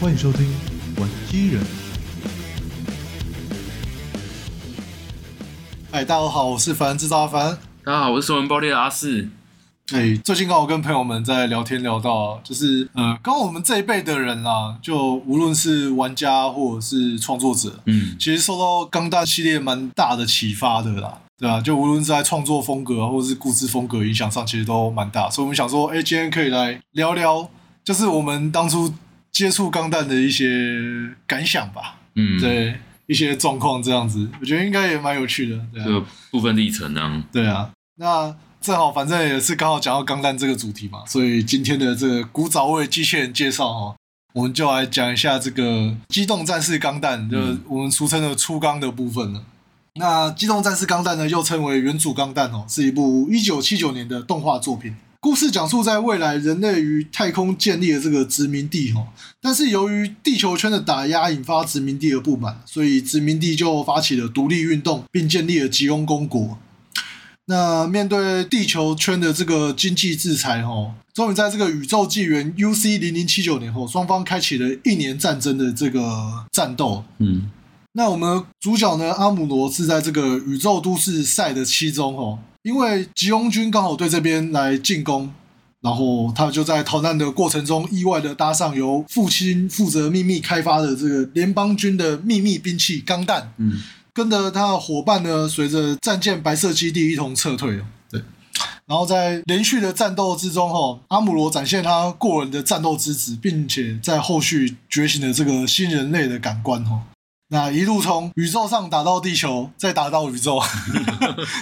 欢迎收听《玩机人》。哎，大家好，我是凡制造阿凡。大家好，我是说文暴力的阿四。哎，最近刚好跟朋友们在聊天，聊到就是呃，刚好我们这一辈的人啦，就无论是玩家或者是创作者，嗯，其实受到《钢弹》系列蛮大的启发的啦，对啊，就无论是在创作风格啊或者是故事风格影响上，其实都蛮大。所以我们想说，哎，今天可以来聊聊，就是我们当初接触《钢弹》的一些感想吧，嗯，对，一些状况这样子，我觉得应该也蛮有趣的，对这啊，个部分历程呢，对啊，那。正好，反正也是刚好讲到钢弹这个主题嘛，所以今天的这个古早味机器人介绍哦，我们就来讲一下这个机动战士钢弹，就是嗯我们俗称的初钢的部分了。那《机动战士钢弹》呢，又称为《原主钢弹》哦，是一部一九七九年的动画作品。故事讲述在未来人类于太空建立的这个殖民地哦，但是由于地球圈的打压引发殖民地的不满，所以殖民地就发起了独立运动，并建立了吉翁公国。那面对地球圈的这个经济制裁哦，终于在这个宇宙纪元 UC 零零七九年后，双方开启了一年战争的这个战斗。嗯，那我们主角呢，阿姆罗是在这个宇宙都市赛的其中哦，因为吉翁军刚好对这边来进攻，然后他就在逃难的过程中意外的搭上由父亲负责秘密开发的这个联邦军的秘密兵器钢弹，嗯，跟着他的伙伴呢，随着战舰白色基地一同撤退哦。对，然后在连续的战斗之中，哦，阿姆罗展现他过人的战斗资质，并且在后续觉醒了这个新人类的感官，哦。那一路从宇宙上打到地球，再打到宇宙，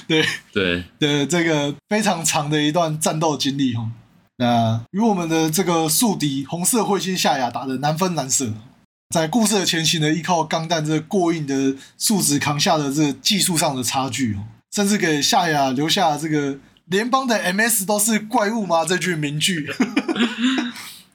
对对，的这个非常长的一段战斗经历哦。那与我们的这个宿敌红色彗星夏亚打得难分难舍。在故事的前期呢，依靠钢弹这过硬的数值扛下的这技术上的差距哦，甚至给夏亚留下了这个联邦的 MS 都是怪物吗这句名句。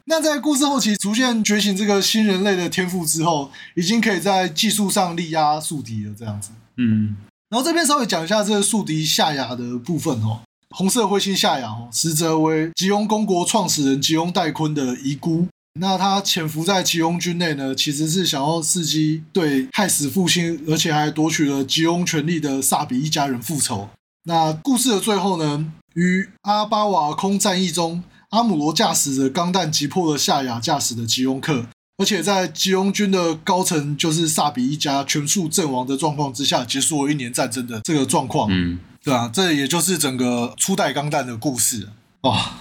那在故事后期逐渐觉醒这个新人类的天赋之后，已经可以在技术上力压宿敌了，这样子。嗯，然后这边稍微讲一下这个宿敌夏亚的部分哦。红色彗星夏亚哦，实则为吉翁公国创始人吉翁戴坤的遗孤。那他潜伏在吉翁军内呢，其实是想要伺机对害死父亲，而且还夺取了吉翁权力的萨比一家人复仇。那故事的最后呢，于阿巴瓦空战役中，阿姆罗驾驶的钢弹击破了夏亚驾驶的吉翁克，而且在吉翁军的高层，就是萨比一家全数阵亡的状况之下，结束了一年战争的这个状况。嗯，对啊，这也就是整个初代钢弹的故事哇、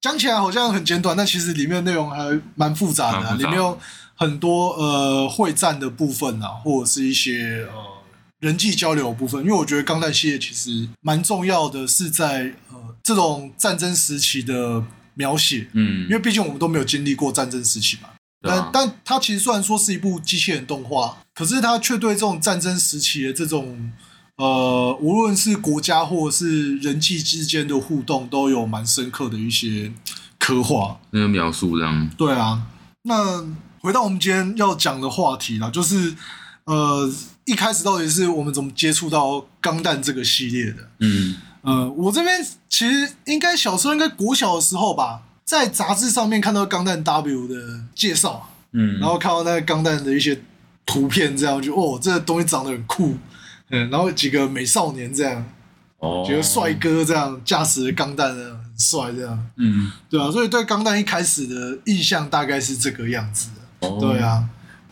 讲起来好像很简短，但其实里面内容还蛮复杂的啊、蛮复里杂面有很多呃会战的部分啊，或者是一些呃人际交流的部分。因为我觉得钢弹系列其实蛮重要的，是在呃这种战争时期的描写。嗯因，为毕竟我们都没有经历过战争时期嘛。对但啊但它其实虽然说是一部机器人动画，可是它却对这种战争时期的这种呃，无论是国家或者是人际之间的互动，都有蛮深刻的一些刻画。那个描述这样，对啊，那回到我们今天要讲的话题啦，就是呃，一开始到底是我们怎么接触到钢弹这个系列的？嗯，呃，我这边其实应该小时候，应该国小的时候吧，在杂志上面看到钢弹 W 的介绍，啊嗯，然后看到那个钢弹的一些图片，这样就哦，这个东西长得很酷，嗯，然后几个美少年这样，哦，几个帅，哥这样驾驶钢弹这样很帅这样，嗯，对啊，所以对钢弹一开始的印象大概是这个样子的，哦对，啊，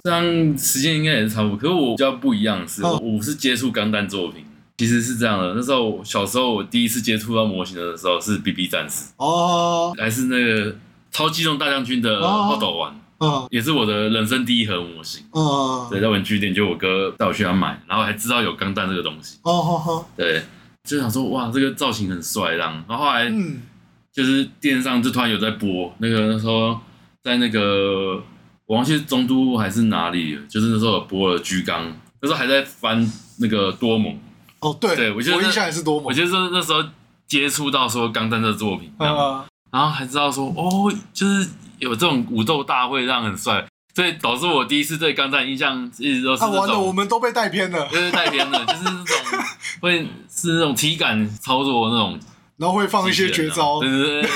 这样时间应该也是差不多。可是我比较不一样的是，哦我是接触钢弹作品，其实是这样的。那时候我小时候我第一次接触到模型的时候是 BB 战士，哦，还是那个超机动大将军的哦爆斗丸，嗯也是我的人生第一盒模型。嗯，对，在文具店就我哥带我去那买，然后还知道有钢弹这个东西，哦好好，对，就想说哇，这个造型很帅这样。然后后来嗯，就是电视上就突然有在播那个那时候在那个我忘记是中都还是哪里了，就是那时候有播了居钢，那时候还在翻那个多蒙，哦对，对我觉得印那象也是多我猛，就是那时候接触到说钢弹的作品这样，啊，然后还知道说哦，就是有这种武斗大会让很帅。所以导致我第一次对钢弹印象一直都是啊那完了，种我们都被带偏了。就是 带偏的，就是那种会是那种体感操作的那种然后会放一些绝招啊对对对对。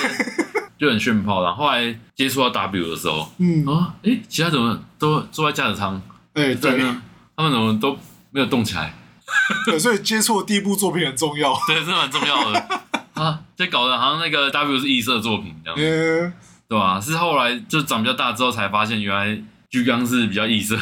就很炫炮。然后后来接触到 W 的时候，嗯，啊，哎、其他怎么都坐在驾驶舱，哎，在对，那他们怎么都没有动起来？对，所以接触的第一部作品很重要。对，这蛮重 要的啊，这搞得好像那个 W 是异色作品这样，呃，对吧、是后来就长比较大之后才发现，原来居刚是比较异 色，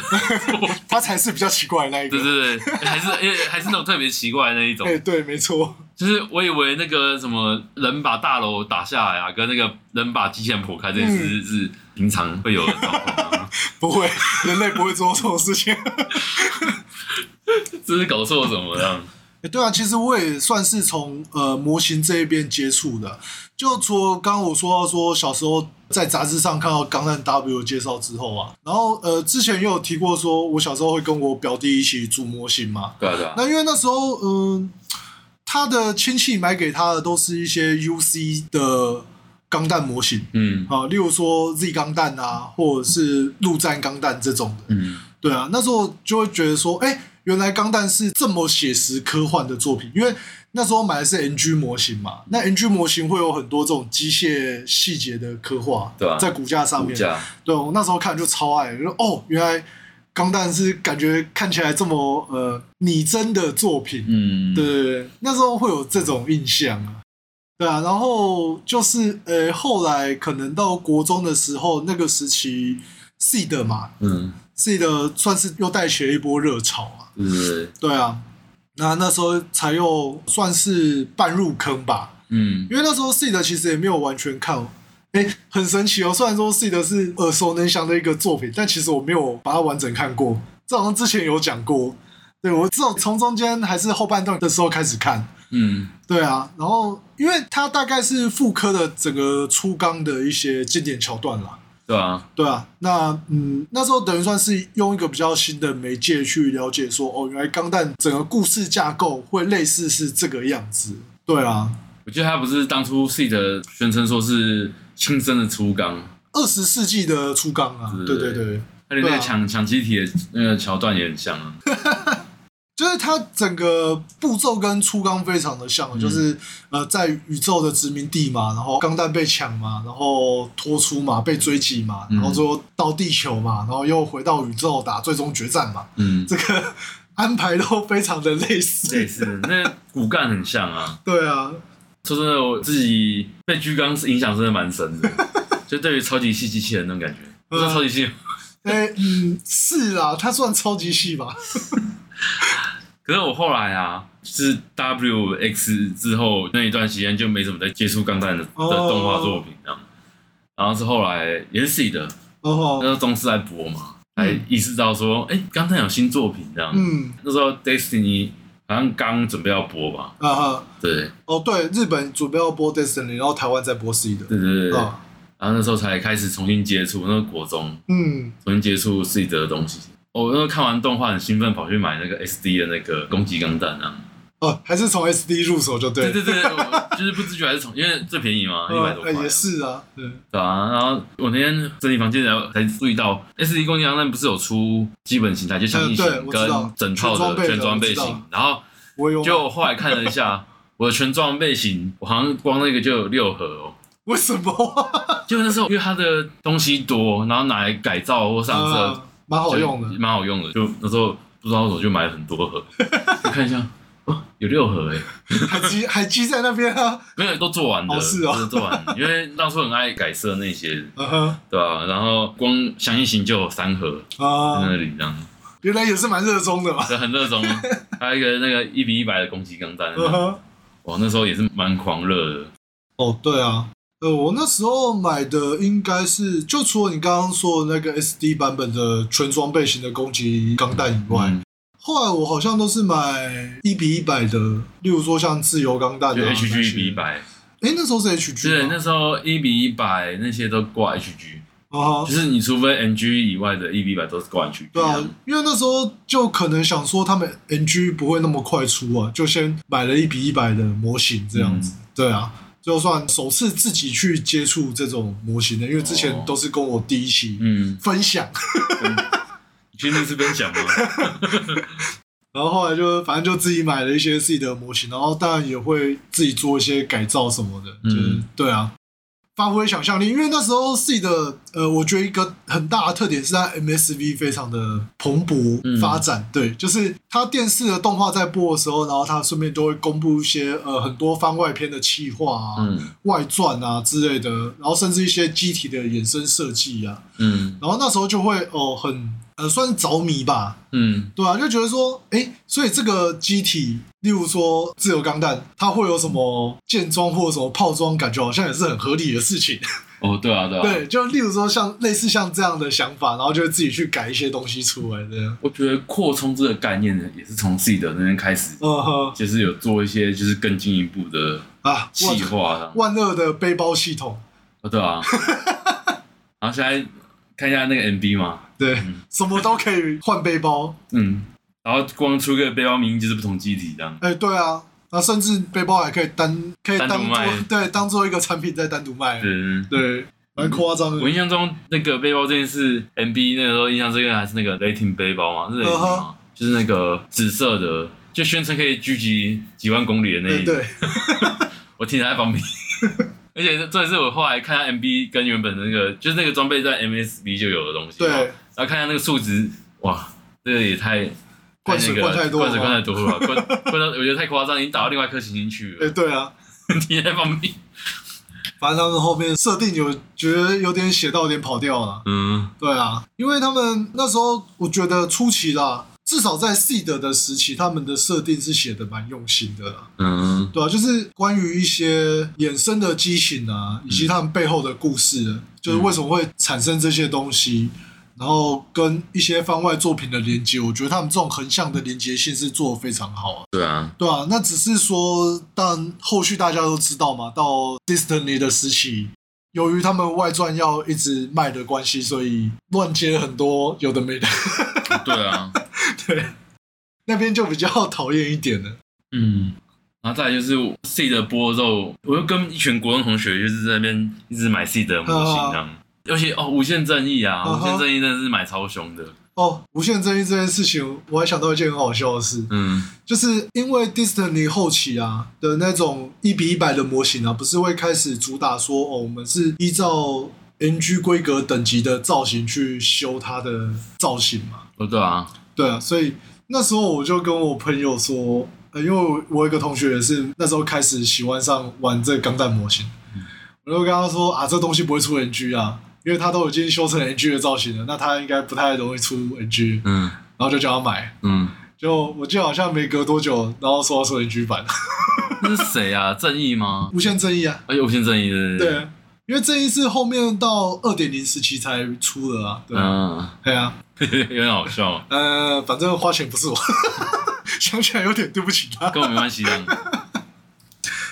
他才是比较奇怪的那一对个。对对，还是诶还是那种特别奇怪的那一种。哎，对，没错，就是我以为那个什么人把大楼打下来啊，跟那个人把机器人破开这件事嗯是是平常会有的 状况啊， 不会，人类不会做这种事 情。这是搞错什么样？欸对啊，其实我也算是从呃模型这一边接触的。就除了刚刚我说到说小时候在杂志上看到《钢弹 W》的介绍之后啊，然后呃之前也有提过说，我小时候会跟我表弟一起组模型嘛。 对啊对啊，那因为那时候嗯、他的亲戚买给他的都是一些 UC 的钢弹模型嗯啊，例如说 Z 钢弹啊，或者是陆战钢弹这种的。嗯，对啊，那时候就会觉得说，哎、原来《钢弹》是这么写实科幻的作品，因为那时候买的是 NG 模型嘛，那 NG 模型会有很多这种机械细节的刻画，对啊啊在骨架上骨面，架对我那时候看就超爱，就哦，原来《钢弹》是感觉看起来这么呃拟真的作品，嗯对对对，那时候会有这种印象啊。对啊，然后就是呃，后来可能到国中的时候，那个时期 seed 嘛，嗯自己的算是又带起了一波热潮啊。对对对，对啊，那那时候才又算是半入坑吧，嗯因为那时候 C 的其实也没有完全看。哎、很神奇哦！虽然说 C 的是耳熟能详的一个作品，但其实我没有把它完整看过。这好像之前有讲过，对我至少从中间还是后半段的时候开始看。嗯对啊，然后因为它大概是复刻的整个初纲的一些经典桥段啦。对啊，对啊，那嗯，那时候等于算是用一个比较新的媒介去了解说，哦，原来钢弹整个故事架构会类似是这个样子。对啊，我记得他不是当初 Seed 宣称说是亲生的初纲，二十世纪的初钢啊，是对对对，他连那对啊个抢抢机体的那个桥段也很像啊，就是它整个步骤跟初钢非常的像，就是呃，在宇宙的殖民地嘛，然后钢弹被抢嘛，然后拖出嘛，被追击嘛，然后最后到地球嘛，然后又回到宇宙打最终决战嘛，嗯，这个安排都非常的类似。类似那个骨干很像啊，对啊，说真的，我自己被居刚影响真的蛮深的，就对于超级系机器人那种感 觉，不是超级系， 哎、嗯，是啦，它算超级系吧？可是我后来啊，就是 W X 之后那一段时间就没怎么再接触钢弹的的哦动画作品这样，然后是后来也是自己的，那时哦，候公司来播嘛，嗯才意识到说，哎、钢弹有新作品这样，嗯那时候 Destiny 好像刚准备要播吧，啊哈，对哦对，日本准备要播 Destiny，然后台湾在播 C 的，对对对，啊，然后那时候才开始重新接触，那个国中，嗯，重新接触自己的东西。哦我那时候看完动画很兴奋，跑去买那个 SD 的那个攻击钢弹啊。哦，还是从 SD 入手就对对，对对，我就是不自觉还是从，因为最便 宜嘛，一百多块、呃也是啊，嗯，对啊，然后我那天整理房间才才注意到，SD 攻击钢弹不是有出基本形态，就强力型嗯对我知道跟整套的全全装装备备的我知道型。然后我有买，就我后来看了一下， 我的全装备型，我好像光那个就有六盒哦。为什么？就那时候因为它的东西多，然后拿来改造或上色，啊蛮好用的，蛮好用的。就那时候不知道为什么就买了很多 盒，我看一下，哦，有六盒哎、还积还积在那边啊，没有都做完的，哦是哦都做完 的，因为当初很爱改色那些，嗯对吧、然后光详细型就有三盒哼，在啊，那里，这样原来也是蛮热衷的嘛，这很热衷。啊 还有一个那个一比一百的攻击钢弹，嗯哼，哇，那时候也是蛮狂热的。哦对啊。呃，我那时候买的应该是，就除了你刚刚说的那个 SD 版本的全装备型的攻击钢弹以外，嗯，后来我好像都是买一比一百的，例如说像自由钢弹啊就的 HG 一比一，百，哎，那时候是 HG 对，吗那时候一比一百那些都挂 HG，啊就哈，是你除非 NG 以外的一比一百都是挂 HG 对这样。啊，因为那时候就可能想说他们 NG 不会那么快出啊，就先买了一比一百的模型这样嗯子，对啊，就算首次自己去接触这种模型的，因为之前哦都是跟我弟一起嗯，分享，你确定是分 享吗？然后后来就反正就自己买了一些自己的模型，然后当然也会自己做一些改造什么的，嗯就是对啊。发挥想象力，因为那时候 C 的呃，我觉得一个很大的特点是它 MSV 非常的蓬勃嗯发展，对，就是它电视的动画在播的时候，然后它顺便都会公布一些呃很多番外篇的企划啊、嗯外传啊之类的，然后甚至一些机体的衍生设计啊，嗯然后那时候就会哦、很呃算是着迷吧，嗯对啊，就觉得说，哎，所以这个机体，例如说自由钢弹，它会有什么建装或者什么炮装，感觉好像也是很合理的事 情。哦，对啊对啊，对，就例如说像类似像这样的想法，然后就会自己去改一些东西出来，这样。我觉得扩充这个概念呢，也是从自己的那边开始，嗯哼就是有做一些就是更进一步的啊，计划这样 万万恶的背包系统，哦，对 啊。然后现在看一下那个 MV 嘛，对，什么都可以换背包。嗯，然后光出个背包名义就是不同机体这样，哎，对啊，那甚至背包还可以单可以单当独做卖对当做一个产品在单独卖，嗯。对，蛮夸张的我。印象中那个背包这件事，MB 那个时候印象最深还是那个雷霆背包嘛，是雷霆嗯吗？就是那个紫色的，就宣称可以狙击几万公里的那哎一对，我听起来在旁边。 而且这也是我后来看下 MB 跟原本的那个，就是那个装备在 MSB 就有的东西，对然后看下那个数值，哇，这个也太灌水那个灌太多了灌水灌太多了吧， 灌灌到我觉得太夸张，已经打到另外一颗行星去哎了，对啊，你在旁边，反正他们后面设定有觉得有点写到有点跑掉了，嗯对啊，因为他们那时候我觉得初期啦，至少在 seed 的时期，他们的设定是写的蛮用心的啦，嗯对啊，就是关于一些衍生的机型啊，以及他们背后的故事，啊就是为什么会产生这些东西。然后跟一些番外作品的连接，我觉得他们这种横向的连接性是做的非常好啊。对啊，对啊，那只是说，但后续大家都知道嘛，到 Destiny 的时期，由于他们外传要一直卖的关系，所以乱接很多有的 没的，对啊。那边就比较讨厌一点了。 嗯，然后再来就是 C 的播肉，我又跟一群国中同学就是在那边一直买 C 的模啊型这样，尤其哦无限正义啊，嗯哼无限正义真的是买超凶的，哦，无限争议这件事情，我还想到一件很好笑的事，嗯就是因为 Destiny 后期啊的那种一比一百的模型啊，不是会开始主打说哦，我们是依照 NG 规格等级的造型去修它的造型嘛。哦对啊，对啊，所以那时候我就跟我朋友说，呃，因为我我有一个同学也是那时候开始喜欢上玩这个钢弹模型，嗯我就跟他说啊，这东西不会出 NG 啊，因为他都已经修成 NG 的造型了，那他应该不太容易出 NG，嗯然后就叫他买。嗯，就我记得好像没隔多久，然后说到出 NG 版， 那是谁啊？正义吗？哎无限正义啊，而且无限正义的，对啊，因为正义是后面到二点零时期才出的啊，对啊，嗯， 对啊，有点好笑，呃，反正花钱不是我， 想起来有点对不起他。跟我没关系啊这样，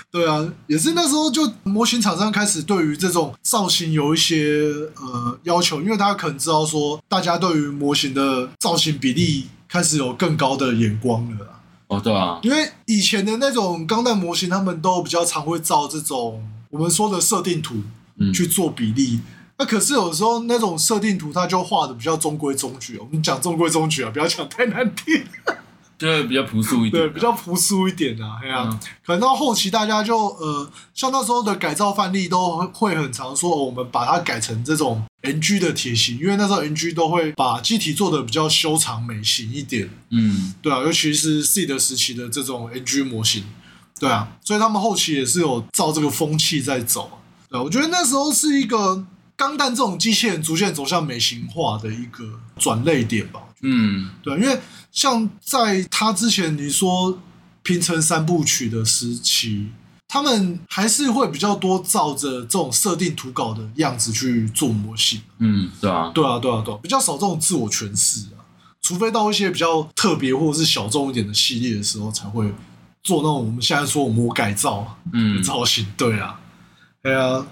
对啊，也是那时候就模型厂商开始对于这种造型有一些呃要求，因为大家可能知道说，大家对于模型的造型比例开始有更高的眼光了啊。哦对啊，因为以前的那种钢弹模型，他们都比较常会照这种我们说的设定图嗯去做比例。那可是有时候那种设定图，它就画的比较中规中矩。我们讲中规中矩啊，不要讲太难听。就是比较朴素一点对，啊，比较朴素一点啊，哎呀、嗯可能到后期大家就呃，像那时候的改造范例都会很常说、哦我们把它改成这种 NG 的铁型，因为那时候 NG 都会把机体做的比较修长美型一点，嗯对啊，尤其是 C 的时期的这种 NG 模型，对啊，所以他们后期也是有照这个风气在走，对、啊，我觉得那时候是一个钢弹这种机器人逐渐走向美型化的一个转类点吧，嗯对，因为像在他之前，你说平成三部曲的时期，他们还是会比较多照着这种设定图稿的样子去做模型。嗯对啊，对啊，对啊，对啊，比较少这种自我诠释啊，除非到一些比较特别或者是小众一点的系列的时候，才会做那种我们现在说的魔改造嗯的。造型。对啊，对啊，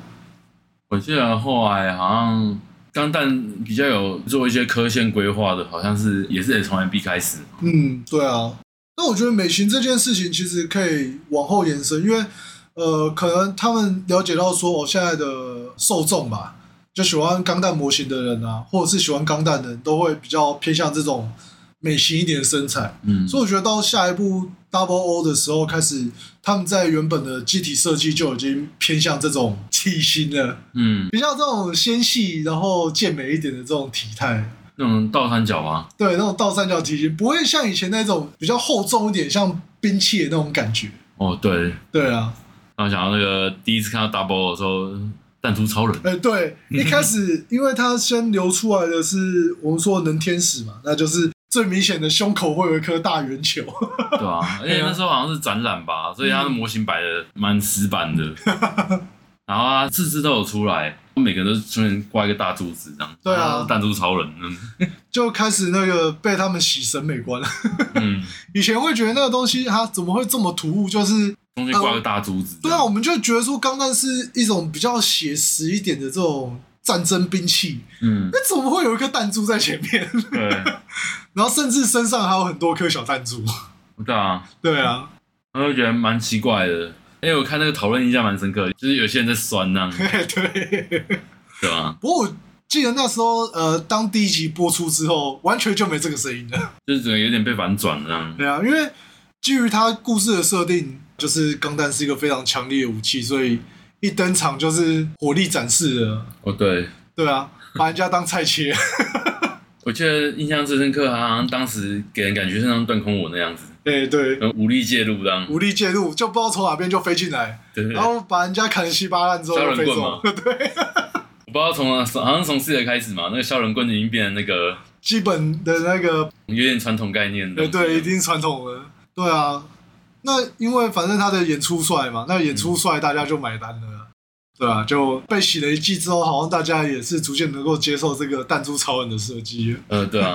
我记得后来好像钢弹比较有做一些科线规划的，好像是也是得从 MB 开始。嗯，对啊。那我觉得美型这件事情其实可以往后延伸，因为呃，可能他们了解到说，哦，现在的受众吧，就喜欢钢弹模型的人啊，或者是喜欢钢弹的人，都会比较偏向这种美型一点的身材。嗯，所以我觉得到下一步， Double O 的时候开始，他们在原本的机体设计就已经偏向这种体型了，嗯，比较这种纤细然后健美一点的这种体态。那种倒三角啊，对，那种倒三角体型不会像以前那种比较厚重一点，像兵器的那种感觉。哦对，对啊，然后想到那个第一次看到 double 的时候，弹珠超人，哎、对，一开始因为它先流出来的是我们说的能天使嘛，那就是最明显的胸口会有一颗大圆球。对 吧、而且那时候好像是展览吧，所以嗯它的模型摆的蛮死板的， 然后它四肢都有出来，每个人都中间挂一个大柱子这样，对啊然后弹珠超人，嗯就开始那个被他们洗审美观了。 嗯，以前会觉得那个东西它怎么会这么突兀？就是中间挂个大柱子，对啊，我们就觉得说钢弹是一种比较写实一点的这种战争兵器，嗯，那怎么会有一颗弹珠在前面？ 对，然后甚至身上还有很多颗小弹珠。对啊，对啊，然后就觉得蛮奇怪的。因为我看那个讨论印象蛮深刻的，就是有些人在酸那样， 对。对吧？不过我记得那时候，呃，当第一集播出之后，完全就没这个声音了。就是整个有点被反转那 样。对啊，因为基于它故事的设定，就是钢弹是一个非常强烈的武器，所以一登场就是火力展示了。哦，对，对啊，把人家当菜切。 我记得印象最深刻，好像当时给人感觉是像断空我那样子，哎、对，然后无力介入这样。武力介入就不知道从哪边就飞进来，对对对，然我后把人家砍得稀巴烂之后杀就人飞棍走吗。 对，不知道从哪好像从四月开始嘛，那个削人棍已经变成那个基本的那个，有点传统概念的。呃，对，一定传统的。对啊，那因为反正他的演出帅嘛，那演出帅大家就买单了。对啊，就被洗了一季之后，好像大家也是逐渐能够接受这个弹珠超人的设计了。呃，对啊，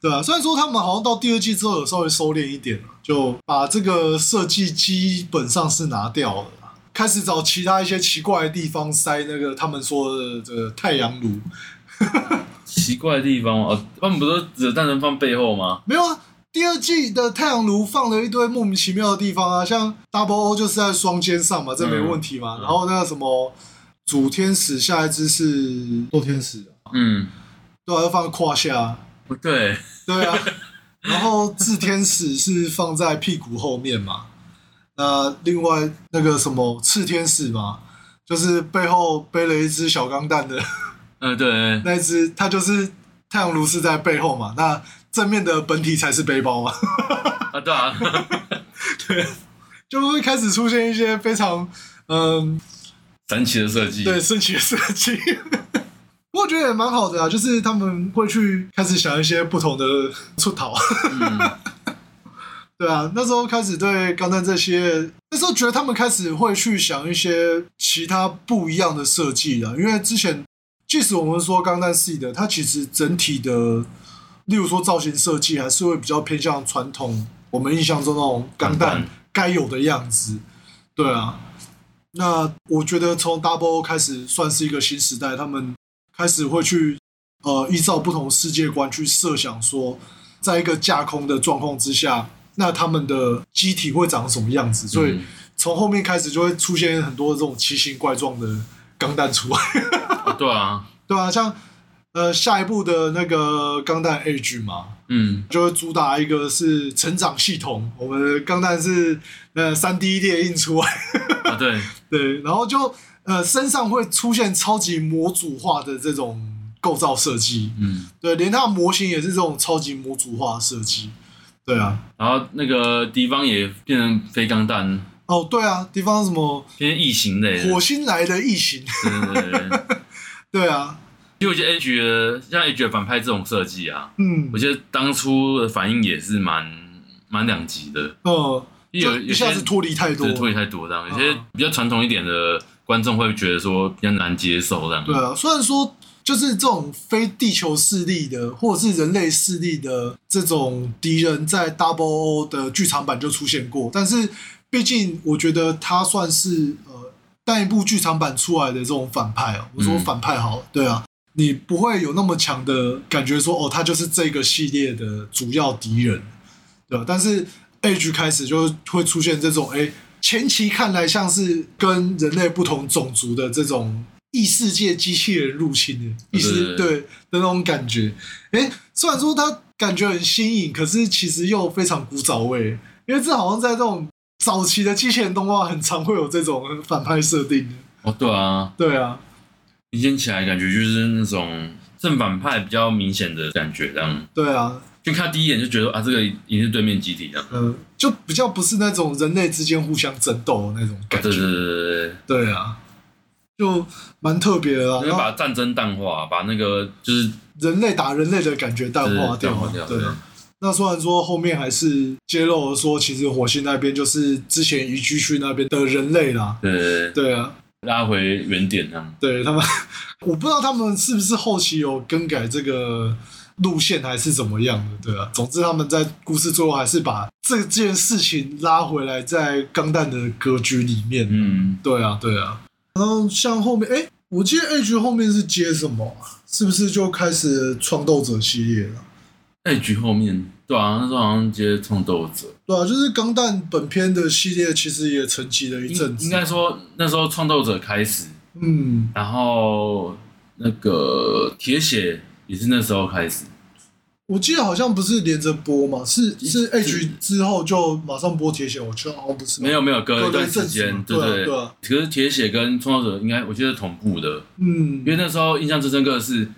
对啊，虽然说他们好像到第二季之后有稍微收敛一点了，就把这个设计基本上是拿掉了啦，开始找其他一些奇怪的地方塞那个他们说的这个太阳炉。奇怪的地方哦，他们不是只单人放背后吗？没有啊，第二季的太阳炉放了一堆莫名其妙的地方啊，像 Double O 就是在双肩上嘛，这没问题嘛。嗯嗯然后那个什么主天使下一只是斗天使啊，嗯，对啊，要放胯下，不嗯对，对 啊，然后炽天使是放在屁股后面嘛，那另外那个什么炽天使嘛，就是背后背了一只小钢弹的呃，对，那一只，它就是太阳炉是在背后嘛，那正面的本体才是背包嘛，啊，对啊，就会开始出现一些非常嗯神奇的设计。对神奇的设计。 不过我觉得也蛮好的啊，就是他们会去开始想一些不同的出逃。嗯， 对啊，那时候开始对钢弹这些，那时候觉得他们开始会去想一些其他不一样的设计了，因为之前即使我们说钢弹系的，它其实整体的，例如说造型设计还是会比较偏向传统我们印象中那种钢钢弹弹该有的样子，对啊。那我觉得从 Double 开始算是一个新时代，他们开始会去呃依照不同世界观去设想说，在一个架空的状况之下，那他们的机体会长什么样子？所以嗯从后面开始就会出现很多这种奇形怪状的钢弹出来，啊对啊，对啊，像呃下一部的那个钢弹 Age 嘛，嗯，就会主打一个是成长系统，我们的钢弹是呃三 D 列印出来， 啊，对，对，然后就呃身上会出现超级模组化的这种构造设计，嗯，对，连它的模型也是这种超级模组化的设计。对啊，然后那个敌方也变成飞钢弹，哦，对啊，地方什么变成异形类的，火星来的异形， 对对对对。对啊，其实我觉得 H 的像 H 的反派这种设计啊，嗯我，觉得当初的反应也是蛮蛮两极的，呃，因为就有有一些下子脱离太多对，脱离太多这样，有些嗯比较传统一点的观众会觉得说比较难接受这样。对啊，虽然说就是这种非地球势力的，或者是人类势力的这种敌人，在 Double O 的剧场版就出现过，但是毕竟我觉得他算是呃单一部剧场版出来的这种反派哦、我说嗯反派好了，对啊。你不会有那么强的感觉说，哦，他就是这个系列的主要敌人，对吧？啊但是 Age 开始就会出现这种，哎、前期看来像是跟人类不同种族的这种异世界机器人入侵的，异世对对的那种感觉。哎、虽然说它感觉很新颖，可是其实又非常古早味。因为这好像在这种早期的机器人动画很常会有这种反派设定的。哦，对啊，对啊，明显起来感觉就是那种正反派比较明显的感觉，这样对啊，就看第一眼就觉得啊，这个一定是对面集体的。嗯、就比较不是那种人类之间互相争斗的那种感对啊对对觉。对对，对啊，就蛮特别的啦。啊因为然后把战争淡化，把那个就是人类打人类的感觉淡化对掉淡化了。掉对啊对，那虽然说后面还是揭露了说，其实火星那边就是之前宜居区那边的人类啦。对对对对啊，拉回原点这样。对他们， 我不知道他们是不是后期有更改这个路线还是怎么样的，对啊。总之他们在故事最后还是把这件事情拉回来，在钢弹的格局里面。嗯，对啊，对啊。然后像后面，哎、我记得 H 后面是接什么啊？是不是就开始创斗者系列了？那局后面对啊，那时候好像接创斗者，对啊，就是钢弹本片的系列其实也沉寂了一阵应子。应该，说那时候创斗者开始，嗯，然后那个铁血也是那时候开始，我记得好像不是连着播嘛，是是是 H 之后就马上播铁血，我记得好像不是。没有，没有隔隔了一段一阵时子间嘛，对对啊对对啊可是铁血跟创作者应该我记得是同步的，嗯因，为那时候印象最深刻的是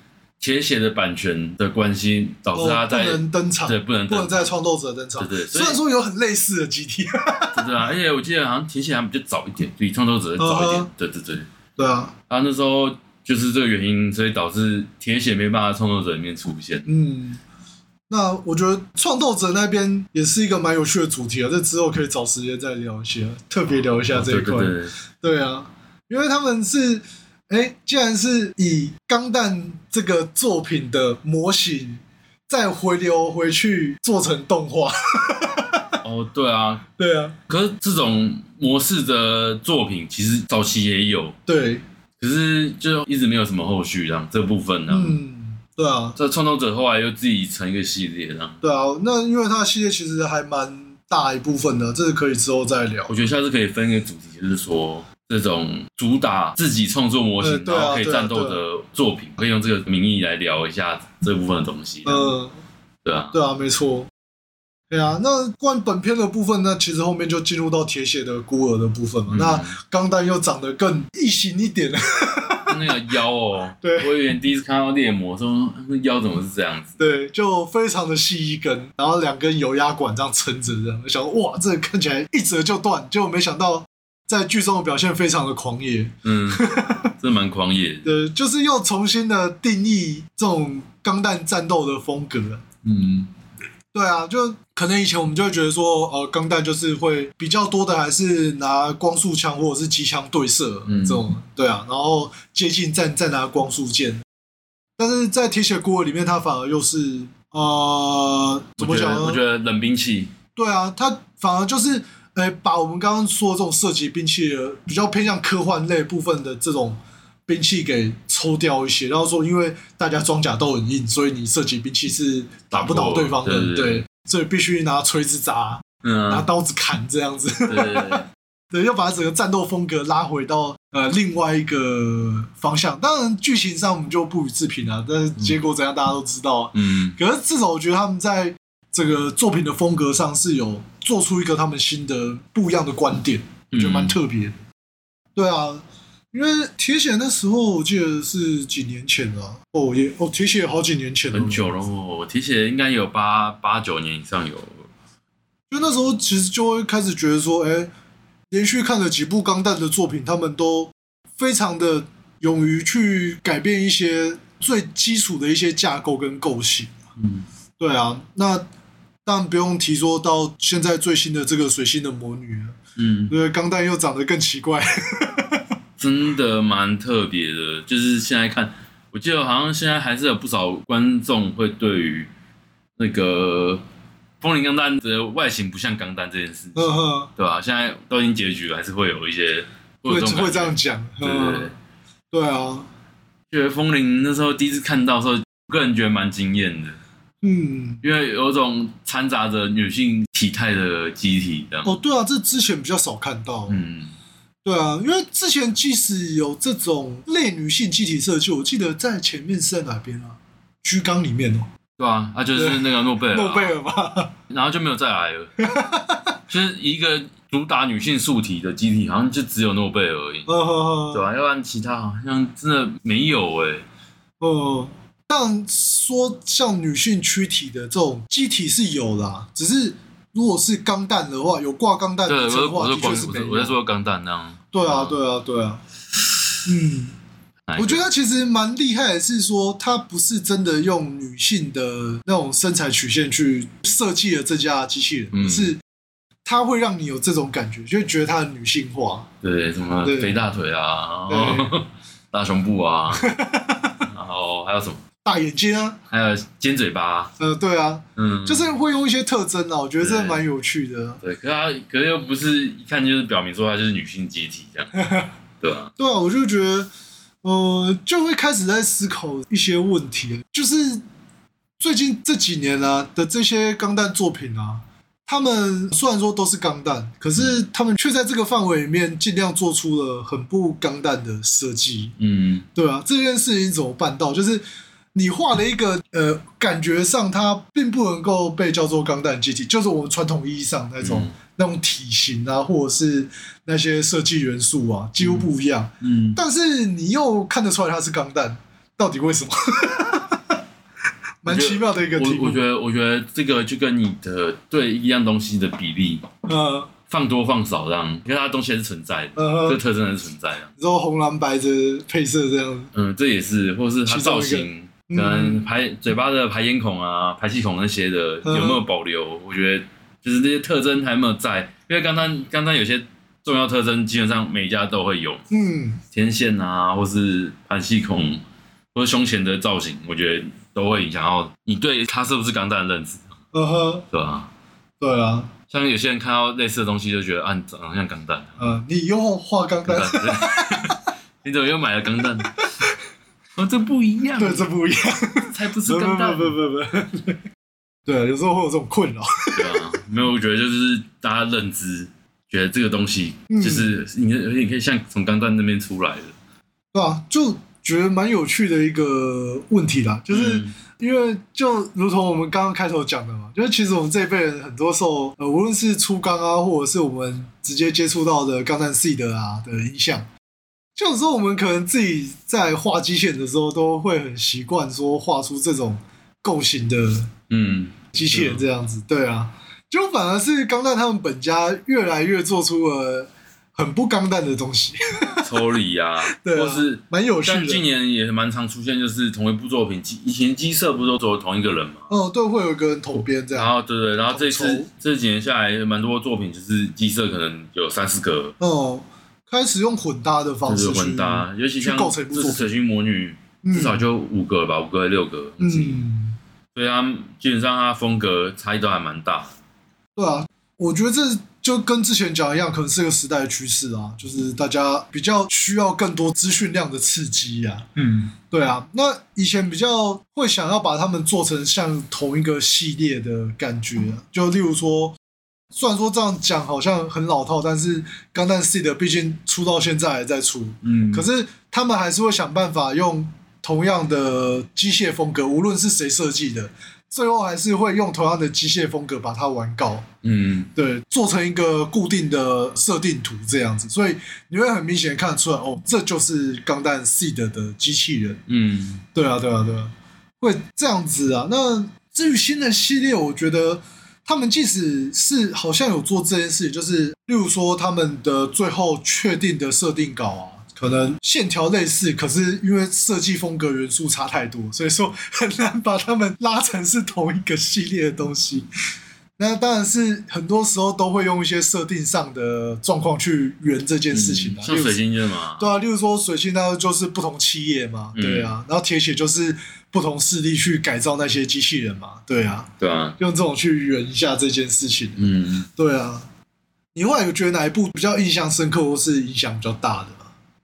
铁血的版权的关系，导致他哦不在、能登场，对不能不能登在创斗者登场。对对虽所以然说有很类似的集体，对啊，而且我记得好像铁血好像比较早一点，比创作者早一嗯点哼对对对。 对啊，然后那时候就是这个原因，所以导致铁血没办法在创作者里面出现。嗯。那我觉得创斗者那边也是一个蛮有趣的主题啊，这之后可以找时间再聊一些，特别聊一下啊这一哦对块。对对，对啊，因为他们是，哎，既然是以钢弹这个作品的模型再回流回去做成动画， 哦对啊。对啊，可是这种模式的作品，其实早期也有，对，可是就一直没有什么后续这样这部分呢、嗯，对啊，这创作者后来又自己成一个系列呢，对啊，那因为它的系列其实还蛮大一部分的，这个可以之后再聊我。觉得下次可以分一个主题，就是说这种主打自己创作模型，呃对啊然后可以对啊战斗的作品，可以用这个名义来聊一下这部分的东西。嗯、嗯，对啊，对啊，没错。对啊，那关于本片的部分呢，其实后面就进入到铁血的孤儿的部分嘛。嗯那钢弹又长得更异形一点了，那个腰哦， 对我以前第一次看到猎魔，说嗯那腰怎么是这样子？对，就非常的细一根，然后两根油压管这样撑着，这样想说哇，这个看起来一折就断，结果没想到在剧中的表现非常的狂野，嗯， 真的蛮狂野的。呃，就是又重新的定义这种钢弹战斗的风格了。嗯，对啊，就可能以前我们就会觉得说，呃，钢弹就是会比较多的还是拿光速枪或者是机枪对射、嗯这种，对啊，然后接近战再拿光速剑，但是在铁血孤儿里面，它反而又是呃，怎我么觉讲呢？得我觉得冷兵器，对啊，它反而就是，呃、把我们刚刚说的这种射击兵器的比较偏向科幻类部分的这种兵器给抽掉一些，然后说因为大家装甲都很硬，所以你射击兵器是打不倒对方的，打不过对对对所以必须拿锤子砸、嗯、拿啊，刀子砍这样子， 对对对对，对，要把整个战斗风格拉回到呃另外一个方向。当然剧情上我们就不予置评啊，但是结果怎样大家都知道啊。嗯，可是至少我觉得他们在这个作品的风格上是有做出一个他们新的不一样的观点，我觉得嗯蛮特别的。对啊，因为铁血那时候我记得是几年前了、哦也哦铁血好几年前了，很久了哦，铁血应该有八八九年以上有，就那时候其实就会开始觉得说，哎、连续看了几部钢弹的作品，他们都非常的勇于去改变一些最基础的一些架构跟构型。嗯，对啊，那但不用提说到现在最新的这个水星的魔女了，嗯，因为钢弹又长得更奇怪。 真的蛮特别的，就是现在看，我记得好像现在还是有不少观众会对于那个风铃钢弹的外形不像钢弹这件事，呵呵，对吧、现在都已经结局了，还是会有一些会有会这种会这感觉，样讲。对对对嗯，。对啊，觉得风铃那时候第一次看到的时候，我个人觉得蛮惊艳的，嗯，因为有种掺杂着女性体态的机体这样。哦，对啊，这之前比较少看到。嗯，对啊，因为之前即使有这种类女性集体设计，我记得在前面是在哪边啊？居缸里面哦，对啊，啊就是那个诺贝尔啊，诺贝尔吧？然后就没有再来了。就是一个主打女性素体的机体，好像就只有诺贝尔而 已，呵呵对啊呵，吧、要不然其他好像真的没有哎、嗯，但说像女性躯体的这种机体是有的啊，只是如果是钢弹的话，有挂钢弹对，的我这说种话，我的说光，确是我没说有。我在说钢弹那样。对啊，嗯对啊，对啊，嗯，哪一我个觉得其实蛮厉害的是说，它不是真的用女性的那种身材曲线去设计了这家机器人，嗯而是它会让你有这种感觉，就会觉得它很女性化。对，什么对肥大腿啊，对然后 大胸 部啊，然后还有什么？大眼睛啊，还有尖嘴巴，呃，对啊，嗯，就是会用一些特征啊，我觉得这对蛮有趣的。对，可是他可是又不是一看就是表明说他就是女性阶体这样， 对吧、对啊，我就觉得，呃，就会开始在思考一些问题，就是最近这几年啊的这些钢弹作品啊，他们虽然说都是钢弹，可是他们却在这个范围里面尽量做出了很不钢弹的设计，嗯，对啊，这件事情怎么办到？就是。你画了一个呃，感觉上它并不能够被叫做钢弹机体，就是我们传统意义上那种、嗯那种体型啊，或者是那些设计元素啊，几乎不一样。嗯，但是你又看得出来它是钢弹，到底为什么？蛮奇妙的一个题我我目。觉得我觉得这个就跟你的对一样东西的比例呃放多放少这样，因为它东西还是存在的，呃，这个呵特征还是存在的，你说红蓝白的配色这样子，嗯，这也是，或者是它其中一造个型。嗯跟排嘴巴的排烟孔啊、排气孔那些的嗯有没有保留？我觉得就是这些特征还没有在，因为刚刚刚刚有些重要特征基本上每一家都会有，嗯，天线啊，或是排气孔，或是胸前的造型，我觉得都会影响到你对它是不是钢弹的认知，呃呵，对吧、对啊，像有些人看到类似的东西就觉得，啊，你长得像钢弹，呃，你又画钢钢弹， 弹，对你怎么又买了钢弹？哦，这不一样，对，这不一样，才不是不钢弹，不不不不不，对，有时候会有这种困扰。对啊，没有，我觉得就是大家认知，觉得这个东西嗯就是你，而且你可以像从钢弹那边出来的，对啊，就觉得蛮有趣的一个问题啦，就是嗯因为就如同我们刚刚开头讲的嘛，就是其实我们这一辈人很多时候，呃，无论是初钢啊，或者是我们直接接触到的钢弹 C 的啊的影响，就有时候我们可能自己在画机器人的时候，都会很习惯说画出这种构型的嗯，机器人这样子，对啊，就反而是钢弹他们本家越来越做出了很不钢弹的东西，抽离啊， 对啊或是蛮有趣但近的。年也蛮常出现，就是同一部作品，以前鸡舍不是都走同一个人嘛？哦，对，会有一个人统编这然样，后对对，然后这统次筹这几年下来，蛮多作品就是鸡舍可能有三四个，哦，开始用混搭的就方式是哦去混搭，尤其像去这构成一部作品次水晶魔女，嗯至少就五个吧，五个还六个，忘记嗯，所以他基本上他风格差异都还蛮大。对啊，我觉得这就跟之前讲一样，可能是个时代的趋势啊，就是大家比较需要更多资讯量的刺激啊。嗯，对啊，那以前比较会想要把它们做成像同一个系列的感觉啊、就例如说，虽然说这样讲好像很老套，但是《钢弹 C》的毕竟出到现在还在出，嗯可是他们还是会想办法用同样的机械风格，无论是谁设计的，最后还是会用同样的机械风格把它玩高，嗯，对，做成一个固定的设定图这样子，所以你会很明显地看得出来，哦，这就是钢弹 seed 的机器人，嗯，对啊，对啊，对啊，会这样子啊。那至于新的系列，我觉得他们即使是好像有做这件事，就是例如说他们的最后确定的设定稿啊。可能线条类似，可是因为设计风格元素差太多，所以说很难把它们拉成是同一个系列的东西。那当然是很多时候都会用一些设定上的状况去圆这件事情啊，嗯像例如水晶月嘛，对啊，例如说水星它就是不同企业嘛，嗯对啊，然后铁血就是不同势力去改造那些机器人嘛，对啊，对啊，用这种去圆一下这件事情，嗯，对啊。你后来有觉得哪一部比较印象深刻，或是影响比较大的吗？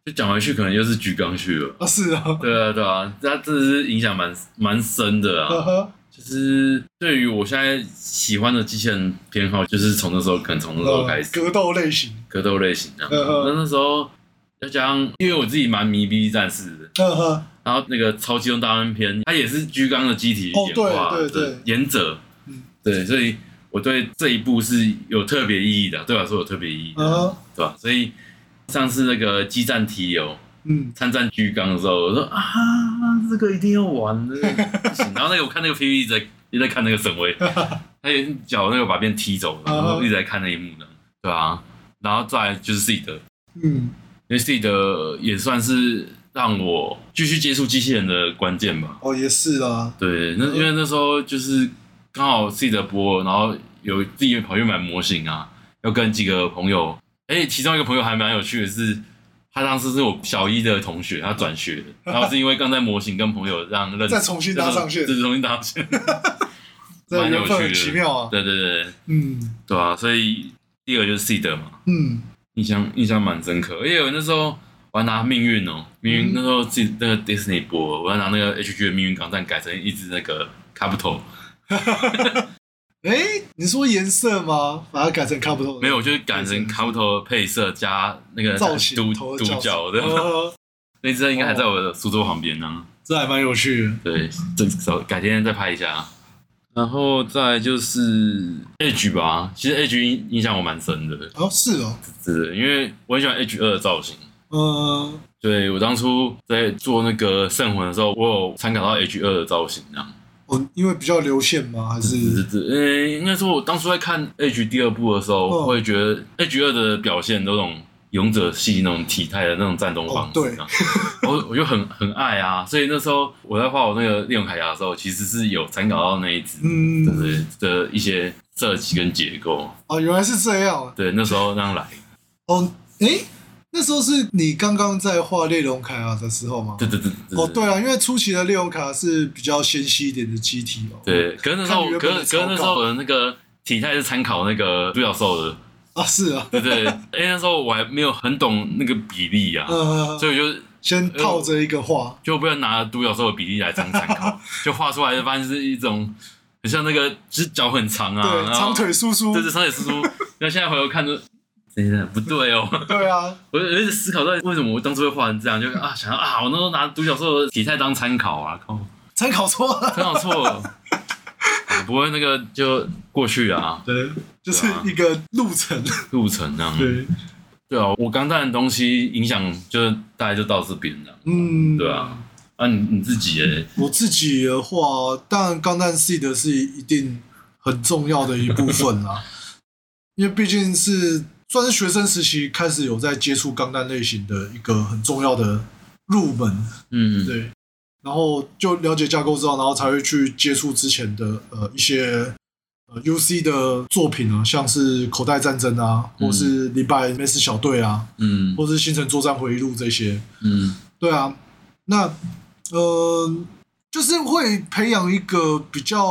就讲回去可能又是橘刚去了。啊，是啊，对啊，对啊，他真的是影响蛮蛮深的啊。呵呵，就是对于我现在喜欢的机器人偏好，就是从那时候，可能从那时候开呃始格斗类型，格斗类型啊。嗯嗯那那时候再加上，因为我自己蛮迷 B 战士的，呵呵，然后那个超级用大恩篇，它也是居刚的机体哦演化对对的对演者嗯，对，所以。我对这一部是有特别意义的，对我来说有特别意义的，呃，对吧？所以上次那个激战题有嗯，参战巨缸的时候，我说啊，这个一定要玩的， 这个不行。然后那个我看那个 PV 一直在一直在看那个沈威，他有一脚那个把别人踢嗯走了，然后一直在看那一幕呢，对啊。然后再来就是自己的，嗯，因为自己的也算是让我继续接触机器人的关键吧。哦，也是啦，对，那嗯因为那时候就是刚好自己的播，然后有自己跑去买模型啊，要跟几个朋友，哎、其中一个朋友还蛮有趣的是，他当时是我小一的同学，他转学的，然后是因为刚才模型跟朋友让 认再重新搭上线再重新搭上线， 这蛮有缘趣分的很奇妙啊，对对对嗯对啊，所以第二个就是 C 的嘛，嗯，印象印象蛮深刻，而且我那时候。我还拿命运哦，命运嗯那时候自己那个 Disney 播，我要拿那个 HG 的命运港站改成一只那个 Capital，哎，你说颜色吗？把它改成看不透，没有，就是改成卡布头的配色加那个造型哦独头独的角型的，呃那只应该还在我的苏州旁边呢。这还蛮有趣的，对，这找改天再拍一下。然后再来就是 Edge 吧，其实 Edge 印印象我蛮深的，哦，是哦，是因为我很喜欢 Edge 二的造型。嗯对我当初在做那个圣魂的时候，我有参考到 H 二的造型啊，哦，因为比较流线吗？还只是是这，呃，应该说我当初在看 H 第二部的时候，嗯会觉得 H 二的表现都那种勇者系那种体态的那种战斗方哦式、啊，我我就很很爱啊，所以那时候我在画我那个利用铠甲的时候，其实是有参考到那一只，就嗯，是的一些设计跟结构，哦，原来是这样啊，对，那时候那样来，哦，哎，那时候是你刚刚在画猎龙卡的时候吗对？对对对，哦，对啊，因为初期的猎龙卡是比较纤细一点的机体哦，对，可是那时候看原我可本是的可是那时候我的那个体态是参考那个独角兽的。啊，是啊，对对，因为那时候我还没有很懂那个比例啊，呃，所以我就先套着一个画，就不要拿独角兽的比例来当参 考，就画出来就发现是一种很像那个，就是脚很长啊，对，然后长腿叔叔对，对，长腿叔叔。那现在回头看就，真的不对哦，对啊，我就一直思考到底为什么我当初会画成这样，就啊想到啊，我那时候拿独角兽的体态当参考啊，靠，参考错了，参考错了。啊不过那个就过去啊，嗯对， 就是一个路程，路程这样。 对，对啊，我刚带的东西影响就大概就到这边了。嗯，对啊。啊你，你自己诶，我自己的话，当然钢弹 seed 是一定很重要的一部分啦， 因为毕竟是算是学生时期开始有在接触钢弹类型的一个很重要的入门，嗯，对，然后就了解架构之后，然后才会去接触之前的呃一些呃 UC 的作品啊，像是口袋战争啊，或是礼拜梅斯小队啊，嗯或是星辰作战回忆录这些，嗯对啊，那呃，就是会培养一个比较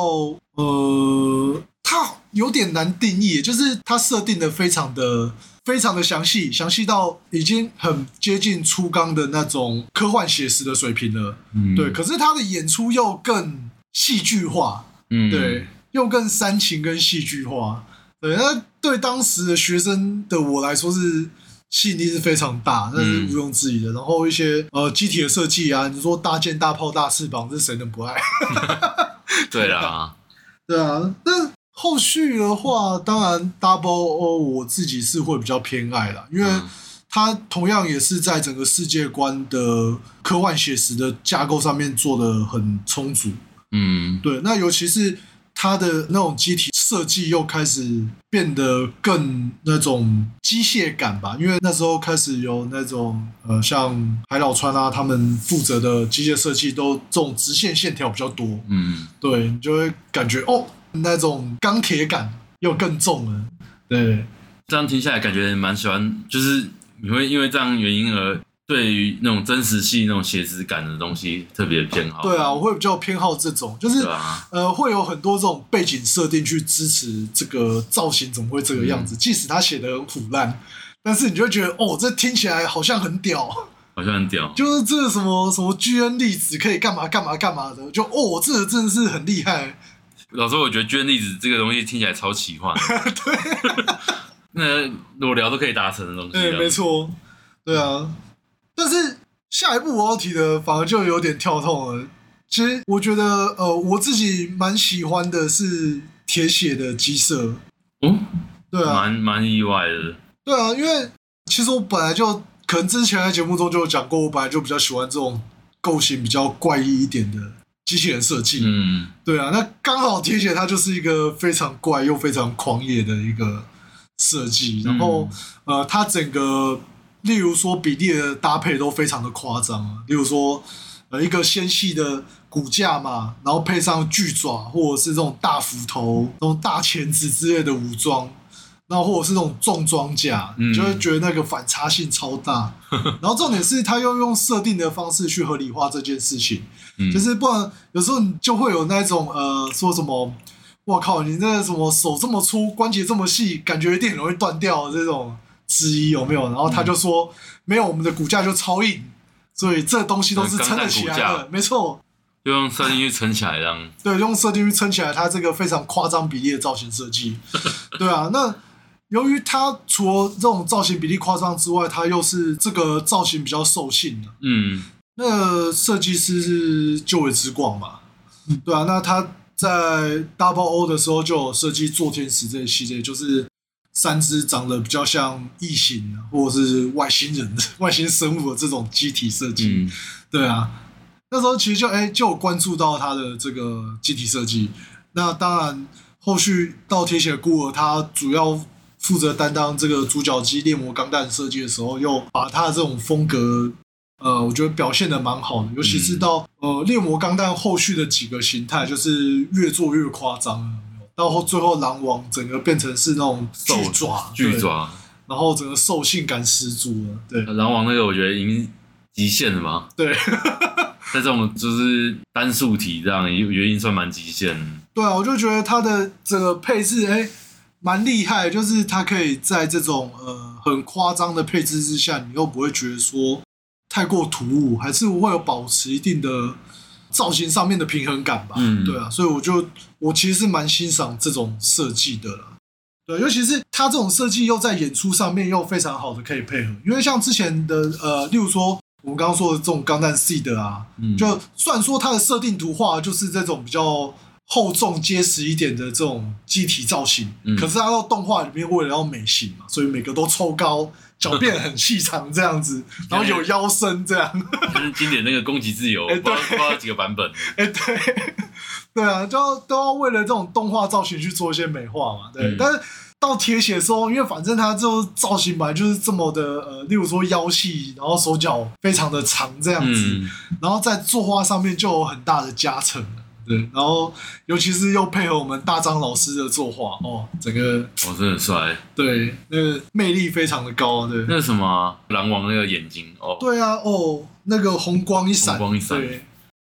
呃，它有点难定义，就是它设定的非常的非常的详细，详细到已经很接近初纲的那种科幻写实的水平了。嗯，对，可是它的演出又更戏剧化，嗯，对，又更煽情跟戏剧化。对，那对当时的学生的我来说是吸引力是非常大，那是嗯毋庸置疑的。然后一些呃机体的设计啊，你说大剑、大炮、大翅膀，这谁能不爱？ 对啦，对啊，那后续的话，当然 Double O 我自己是会比较偏爱啦，因为嗯它同样也是在整个世界观的科幻写实的架构上面做的很充足。嗯对，那尤其是它的那种机体设计又开始变得更那种机械感吧，因为那时候开始有那种呃，像海老川啊，他们负责的机械设计都这种直线线条比较多，嗯对你就会感觉哦，那种钢铁感又更重了。对，这样听下来感觉蛮喜欢，就是你会因为这样原因而对于那种真实系、那种写实感的东西特别偏好。对啊，我会比较偏好这种，就是对啊，呃，会有很多这种背景设定去支持这个造型怎么会这个样子，即使他写的很腐烂，但是你就会觉得哦，这听起来好像很屌， 好像很屌。就是这个什么什么 GN 粒子可以干嘛干嘛干嘛的，就哦，这个真的是很厉害，老师，我觉得捐粒子这个东西听起来超 奇幻。对，那裸聊都可以达成的东西对，啊。没错，对啊，但是下一步我要提的反而就有点跳痛了。其实我觉得，呃，我自己蛮喜欢的是铁血的鸡舍。哦，对啊，蛮蛮意外的。对啊，因为其实我本来就可能之前在节目中就有讲过，我本来就比较喜欢这种构型比较怪异一点的机器人设计。嗯，对啊，那刚好铁血它就是一个非常怪又非常狂野的一个设计，然后、呃，它整个例如说比例的搭配都非常的夸张啊，例如说呃一个纤细的骨架嘛，然后配上巨爪或者是这种大斧头、那种大钳子之类的武装。然后或者是那种重装甲，嗯就会觉得那个反差性超 大。然后重点是，它又用设定的方式去合理化这件事情，嗯就是不然有时候你就会有那种呃说什么，我靠，你那个什么手这么粗，关节这么细，感觉一定很容易断掉这种质疑有没有？然后他就说、没有，我们的骨架就超硬，所以这东西都是撑得起来嗯钢弹的，没错。就用设定去撑起来这样。对，用设定去撑起来它这个非常夸张比例的造型设计，对啊，那。由于它除了这种造型比例夸张之外，它又是这个造型比较兽性的，嗯，那设计师是旧尾之光嘛？对啊，那他在 Double O 的时候就有设计做天使这一系列，就是三只长得比较像异形啊或者是外星人 的外星生物的这种机体设计。嗯，对啊，那时候其实就哎、就有关注到他的这个机体设计。那当然，后续到铁血孤儿，他主要负责担当这个主角机猎魔钢弹设计的时候，又把他的这种风格，呃，我觉得表现的蛮好的。尤其是到、嗯呃猎魔钢弹后续的几个形态，就是越做越夸张了。有没有到后最后，狼王整个变成是那种兽巨爪，巨对，爪，然后整个兽性感十足了，对狼王那个我觉得已经极限了吧，对。在这种就是单数体这样，也我觉得已经算蛮极限了。对啊，我就觉得它的整个配置哎蛮厉害，就是它可以在这种呃很夸张的配置之下，你又不会觉得说太过突兀，还是会有保持一定的造型上面的平衡感吧。嗯对啊，所以我就我其实是蛮欣赏这种设计的啦。对，尤其是它这种设计又在演出上面又非常好的可以配合，因为像之前的呃，例如说我们刚刚说的这种钢弹 C 的啊，嗯，就虽然说它的设定图画就是这种比较厚重、结实一点的这种机体造型，嗯可是它到动画里面为了要美型嘛，所以每个都抽高，脚变得很细长这样 子，然后有哎腰身这样。就是经典那个攻击自由，哎不知道不知道有几个 版本。哎、对，对啊，就要都要为了这种动画造型去做一些美化嘛，对。嗯但是到铁血的时候，因为反正它就造型本来就是这么的，呃，例如说腰细，然后手脚非常的长这样子，嗯，然后在作画上面就有很大的加成了对，然后尤其是又配合我们大张老师的作画哦，整个哦，真的很帅。对那个魅力非常的高，对，那个什么啊狼王那个眼睛哦，对啊，哦，那个红光一闪，红光一闪对，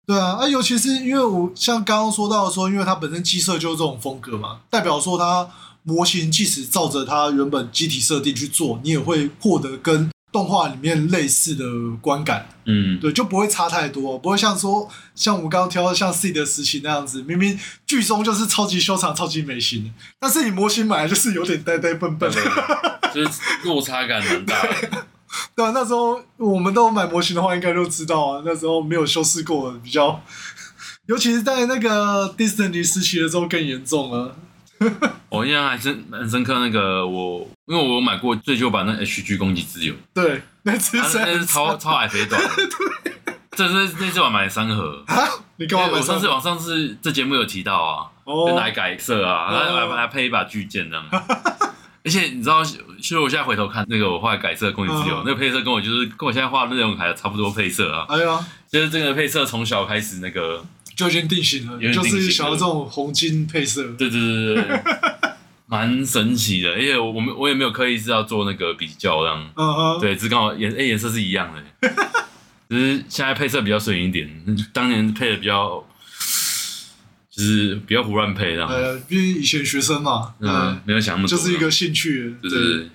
对啊，啊，尤其是因为我像刚刚说到说，因为它本身机设就是这种风格嘛，代表说它模型即使照着它原本机体设定去做，你也会获得跟动画里面类似的观感，嗯，对，就不会差太多，不会像说像我们刚刚挑到像 C 的时期那样子，明明剧中就是超级修长、超级美型的，但是你模型买来就是有点呆呆笨笨。就是落差感蛮大 的。对啊，那时候我们都有买模型的话，应该就知道啊，那时候没有修饰过的比较， 尤其是在那个 Disney 时期的时候更严重了。哦我印象还深蛮深刻那个我，因为我有买过最旧版那 HG 攻击自由，对，那只 它是啊啊那是超超矮 肥短的。这是那次我买了三盒，啊，你干嘛买我上三次网上次这节目有提到啊，就哦拿来改色啊，然后哦还还还配一把巨剑这样。 而且你知道，其实我现在回头看那个我后来改色的攻击自由嗯，那个配色跟我就是跟我现在画的那种还差不多配色啊，哎呀，就是这个配色从小开始那个，就已经定型了，有点就定型是了想要这种红金配色。对对对 对对，蛮神奇的。而且我我们我也没有刻意是要做那个比较这样，嗯哼，对，只刚好颜哎颜色是一样的，只是现在配色比较顺眼一点，当年配的比较。就是比较胡乱配这样，呃，毕竟以前学生嘛，嗯嗯，，没有想那么多，就是一个兴趣。对，对对，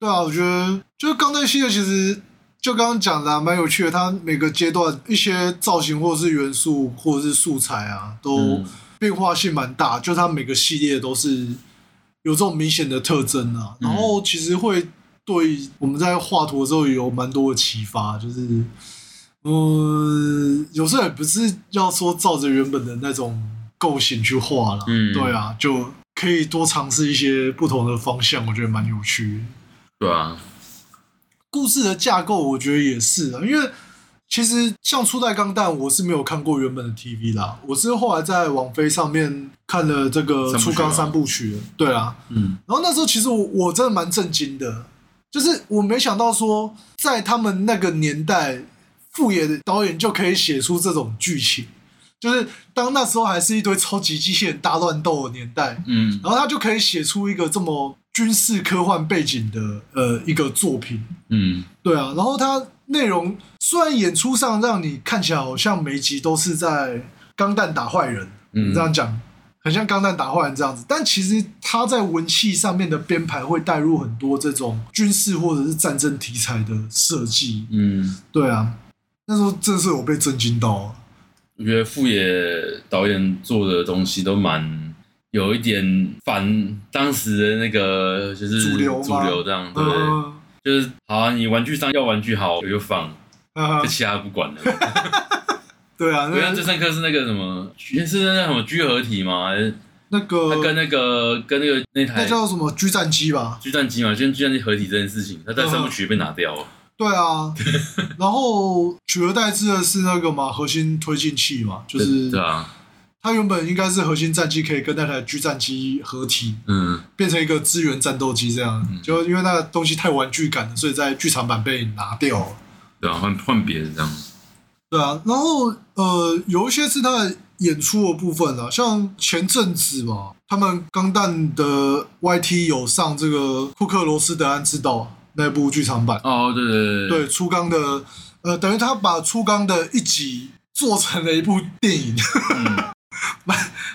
对啊，我觉得就是钢弹系列其实就刚刚讲的、啊、蛮有趣的，它每个阶段一些造型或者是元素或者是素材啊，都嗯变化性蛮大，就它每个系列都是有这种明显的特征啊，嗯然后其实会对我们在画图的时候有蛮多的启发，就是。呃嗯，有时候也不是要说照着原本的那种构型去画了。嗯对啊，就可以多尝试一些不同的方向，我觉得蛮有趣的。对啊，故事的架构，我觉得也是啊，因为其实像初代钢弹，我是没有看过原本的 TV 啦，我是后来在网飞上面看了这个三部曲啊初钢吗三部曲的，对啊，嗯，然后那时候其实我我真的蛮震惊的，就是我没想到说在他们那个年代，副野的导演就可以写出这种剧情，就是当那时候还是一堆超级机器人大乱斗的年代，嗯，然后他就可以写出一个这么军事科幻背景的呃一个作品，嗯，对啊，然后它内容虽然演出上让你看起来好像每一集都是在钢弹打坏人，嗯这样讲很像钢弹打坏人这样子，但其实它在文戏上面的编排会带入很多这种军事或者是战争题材的设计。嗯，对啊，那时候真的是有被震惊到啊。我觉得富野导演做的东西都蛮有一点反当时的那个就是主流吗主流这样，对，嗯就是好、啊，你玩具商要玩具好我就放，嗯就其他不管了。对啊，我印象最那深刻是那个什么，是那什么居合体吗？还是那他跟哎个那个跟那个那那台叫什么狙战机吧？巨战机嘛，跟巨战机合体这件事情，他在三部曲被拿掉了。对 啊，然后取而代之的是那个嘛核心推进器嘛，就对是对啊，它原本应该是核心战机可以跟那台狙战机合体，嗯，变成一个支援战斗机这样。就因为那个东西太玩具感了，所以在剧场版被拿掉了。对啊，换换别人这样。对啊，然后呃，有一些是它的演出的部分啊，像前阵子嘛，他们钢弹的 YT 有上这个库克罗斯德安之道那部剧场版，哦，对对对初钢的，呃，等于他把初钢的一集做成了一部电影，嗯，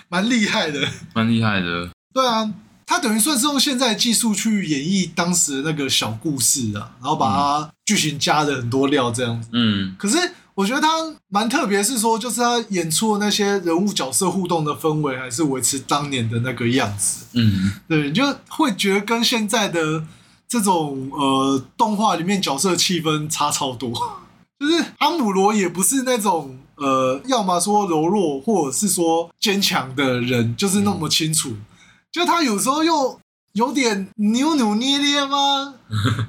蛮厉害的。蛮厉害的。对啊，他等于算是用现在的技术去演绎当时的那个小故事啊，然后把它剧情加了很多料这样子。嗯可是我觉得他蛮特别，是说就是他演出的那些人物角色互动的氛围，还是维持当年的那个样子。嗯， 对，你就会觉得跟现在的这种呃动画里面角色气氛差超多。 就是阿姆罗也不是那种呃，要么说柔弱，或者是说坚强的人，就是那么清楚。 就他有时候又有点扭扭捏捏吗？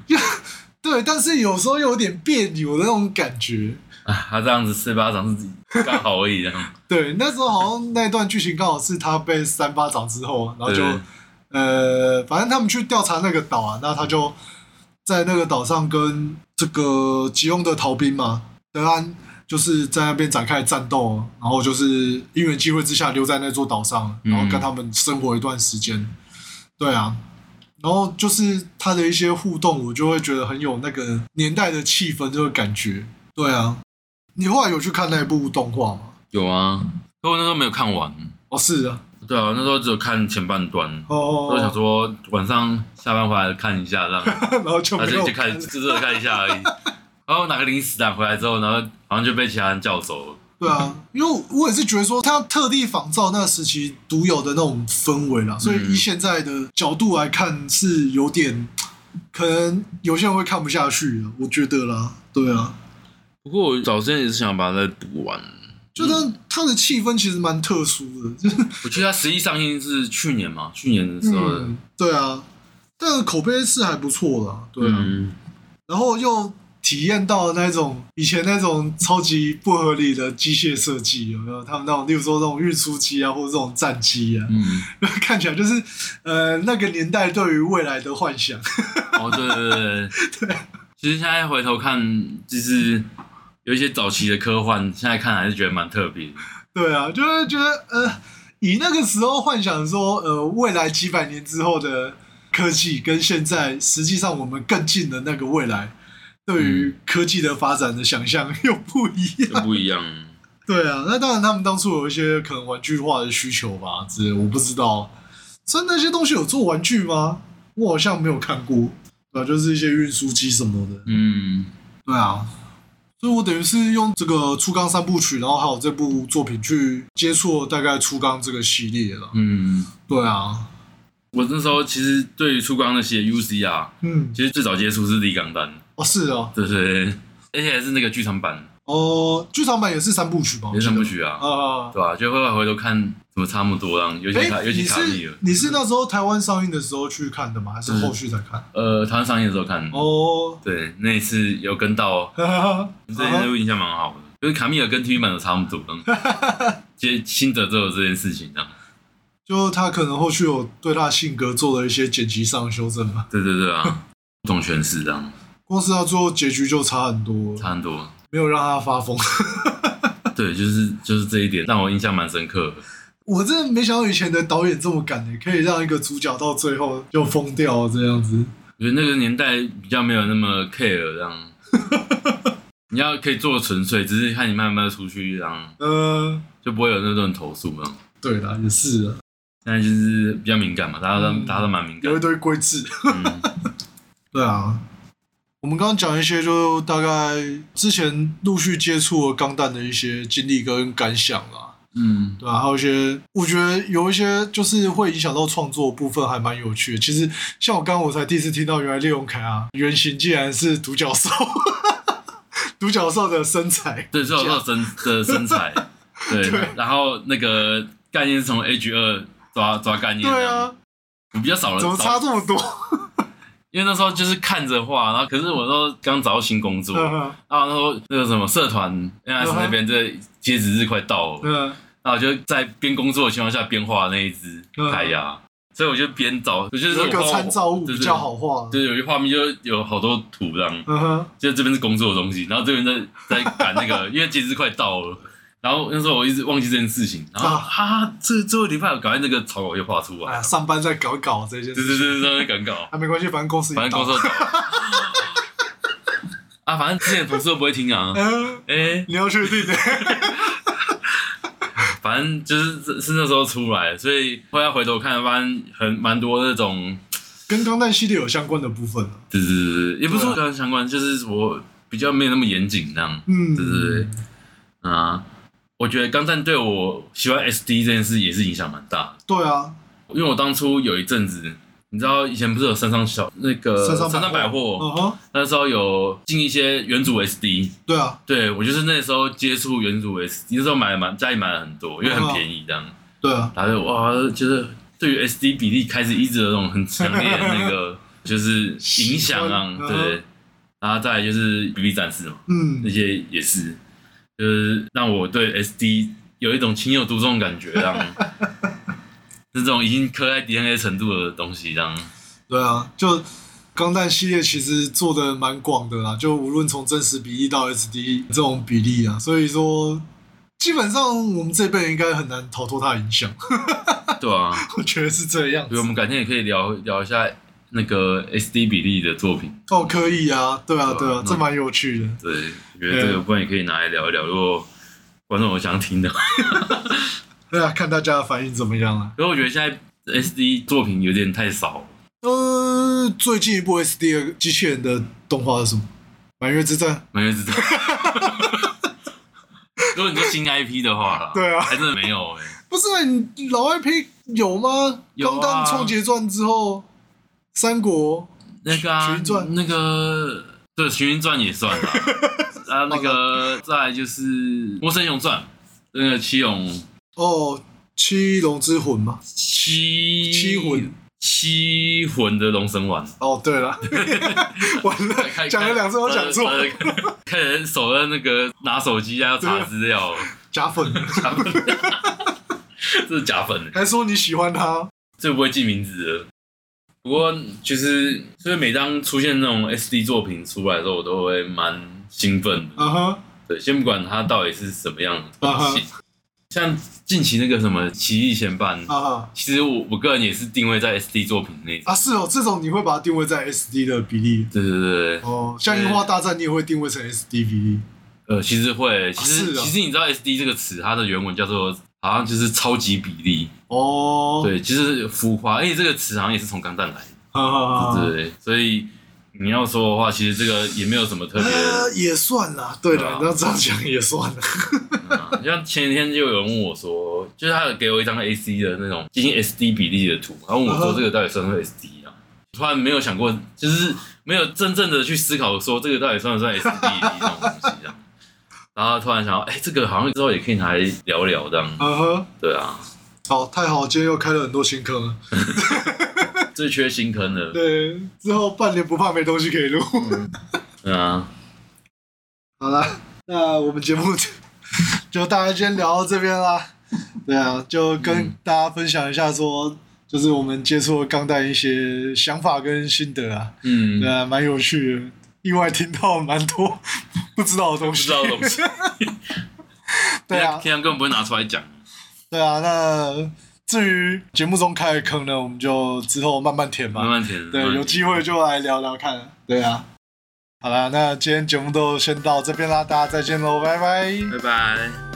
就 对，但是有时候又有点别扭的那种感觉。啊，他这样子四巴掌是自己刚好而已，这样。对，那时候好像那段剧情刚好是他被三巴掌之后，然后就对呃，反正他们去调查那个岛啊，那他就在那个岛上跟这个吉翁的逃兵嘛，德安就是在那边展开战斗，哦然后就是因缘机会之下留在那座岛上，然后跟他们生活一段时间。对啊，然后就是他的一些互动，我就会觉得很有那个年代的气氛，这个感觉。对啊，你后来有去看那部动画吗？ 有啊，可我那时候没有看完。哦，是啊，对啊，那时候只有看前半段。哦哦，我想哦说晚上下班回来看一下，这样， 然后就没而且有就看了只是看一下 而已。然后拿个零食蛋回来之后，然后好像就被其他人叫走了。对啊，因为我也是觉得说，他特地仿照那个时期独有的那种氛围啦，所嗯以以现在的角度来看是有点，可能有些人会看不下去的，我觉得啦，对啊，不过我早之前也是想把它再补完。嗯就他他的气氛其实蛮特殊的，就是我记得它实际上映是去年嘛，去年的时候的。嗯，对啊，但口碑是还不错啦，对啊，嗯然后又体验到那种以前那种超级不合理的机械设计，有没有？他们那种，例如说那种运输机啊，或者这种战机啊， 嗯，看起来就是呃那个年代对于未来的幻想。 哦，对对对对对。其实现在回头看，就是有一些早期的科幻，现在看还是觉得蛮特 别的。对啊，就会觉得呃，以那个时候幻想说呃未来几百年之后的科技跟现在实际上我们更近的那个未来，对于科技的发展的想象又不一样。就不一样。对啊，那当然他们当初有一些可能玩具化的需求吧，之类的我不知道。所以那些东西有做玩具吗？我好像没有看过。对啊，就是一些运输机什么的。嗯，对啊，所以我等于是用这个初钢三部曲，然后还有这部作品去接触了大概初钢这个系列了。嗯，对啊，我那时候其实对于出刚那些 UC 啊，嗯，其实最早接触是《力钢弹哦是啊，》，对对对，而且还是那个剧场版。哦，剧场版也是三部曲吧？也是三部我记曲啊得，啊。对吧、就会回头看怎么差那么多啦，尤其哎卡，尤你其卡米是尔，你是那时候台湾上映的时候去看的吗？还是嗯后续才看？呃，台湾上映的时候看，哦，对，那一次有跟到，哈哈这啊哈那部印象蛮好的，就是卡米尔跟 TV 版有差不 多，嗯接心得都有这件事情这样。就他可能后续有对他的性格做了一些剪辑上的修正吧。对对对 啊，不同诠释这样，光是他最后结局就差很多，差很多。没有让他发疯。 对，就是就是这一点让我印象蛮深刻的。我真的没想到以前的导演这么敢的、可以让一个主角到最后就疯掉这样子。我觉得那个年代比较没有那么 care 这样，你要可以做得纯粹，只是看你慢慢出去这样，呃，就不会有那种投诉这样。对啦，也是啦，现在就是比较敏感嘛，大家都、嗯大家都蛮敏感有一。堆规制。 嗯，对啊，我们刚刚讲一些，就大概之前陆续接触了钢弹的一些经历跟感想啦。嗯，对啊，还有一些，我觉得有一些就是会影响到创作的部分，还蛮有趣的。其实像我刚刚我才第一次听到，原来列永凯啊，原型竟然是独角兽， 独角兽的身材，对，最后到身 的身材，对，然后那个概念是从 A G 二抓抓概念这对样，啊，我比较少人怎么差少这么多？ 因为那时候就是看着画，然后可是我那时候刚找到新工作，然后嗯那时候那个什么社团 NS 那边这截止日快到了，嗯那我就在边工作的情况下边画那一只嗯海牙，所以我就边找，我就是有一个画参照物比较，好画。对对就是有一画面就有好多图这样，嗯哼，就这边是工作的东西，然后这边在在赶 那个，因为截止日快到了。然后那时候我一直忘记这件事情，然后啊啊，这最后礼拜我赶快那个草稿又画出哎来呀，，上班再搞一搞这些对事对情，对对，对，赶稿。啊，没关系，反正公司反正公司，司都倒了啊，反正之前的同事都不会听啊。嗯，哎、你要确定的， 反正就是是是那时候出来，所以后来回头看，发现很蛮多那种，跟钢弹系列有相关的部分啊对对对对，也不是说跟相关，就是我比较没有那么严谨这样嗯，对对对啊。我觉得钢弹对我喜欢 SD 这件事也是影响蛮大的，对啊，因为我当初有一阵子，你知道以前不是有山上小那个三山上百货，嗯哼，那时候有进一些原主 SD，对啊，对我就是那时候接触原主 S，那时候买了蛮家里买了很多，因为很便宜这样，对啊，然后就哇，就是对于 SD 比例开始一直有那种很强烈的那个就是影响啊喜，欢对，然后再来就是比例展示嘛，嗯那，些也是，就是让我对 SD 有一种情有独钟的感觉，这样， 这种已经刻在 DNA 程度的东西，这样，对啊，就钢弹系列其实做的蛮广的啦，就无论从真实比例到 SD 这种比例啊，所以说基本上我们这辈人应该很难逃脱它的影响， 对啊，我觉得是这样所以我子。们改天也可以聊聊一下那个 SD 比例的作品。哦，可以啊，对啊，对对啊啊，这蛮有趣的。对，我觉得嗯这个部分也可以拿来聊一聊，如果观众有想听的。对啊，看大家的反应怎么样啊。 可是我觉得现在 SD 作品有点太少了，呃，最近一部 SD 的机器人的动画是什么？满月之战。没人知道。 如果你说新 IP 的话啦， 对啊还真的没有哎、不是、啊、你老外配有吗？有钢啊弹创杰传之后，三国那个、啊群传、那个对《寻云传》也 算啦，啊，那个再来就是《魔神英雄传》，那个七勇哦，七龙之魂嘛。七七魂七魂的龙神丸。哦，对了，完开了， 讲了两次我讲错，呃呃看人手在那个拿手机啊，要查资 料，假粉，假粉，这是假粉，欸还说你喜欢他，这不会记名字的。不过就是，所以每当出现那种 SD 作品出来的时候，我都会蛮兴奋的。嗯哼，对，先不管它到底是什么样的东啊西，像近期那个什么《奇异前半》，啊哈其实我我个人也是定位在 SD 作品那种。啊，是哦，这种你会把它定位在 SD 的比例。对对对对，哦，像樱花大战，你也会定位成 SD 比例。呃，其实会，其实、是啊其实你知道 SD 这个词，它的原文叫做好像就是超级比例，哦，，对，就是浮夸，而且这个词好像也是从钢弹来的，哈哈哈。对，所以你要说的话，其实这个也没有什么特别呃，的。也算啦，对对啊了，那这样讲也算了。啊像前几天 就有人问我说，就是他有给我一张 AC 的那种接近 SD 比例的图，然后问我说嗯哼这个到底算不算 SD 啊？Uh-huh 突然没有想过， 就是没有真正的去思考说这个到底算不算 SD 这种东西啊。然后突然想到，哎、这个好像之后也可以拿来聊聊这样。嗯哼，对啊，好，太好，今天又开了很多新坑了。最缺新坑了。对，之后半年不怕没东西可以录。对啊，好啦， 那我们节目就 就大家先聊到这边啦。对啊，就嗯跟大家分享一下说，就是我们接触了钢弹一些想法跟心得啊，嗯，对不啊，蛮有趣的，意外听到蛮多 不知道的东西。知道的东西， 对啊，平常根本不会拿出来讲。对啊，那至于节目中开的坑呢，我们就之后慢慢填吧。慢慢填，对，慢慢有填机会就来聊聊看。对啊，好啦，那今天节目都先到这边啦，大家再见喽，拜拜。拜拜。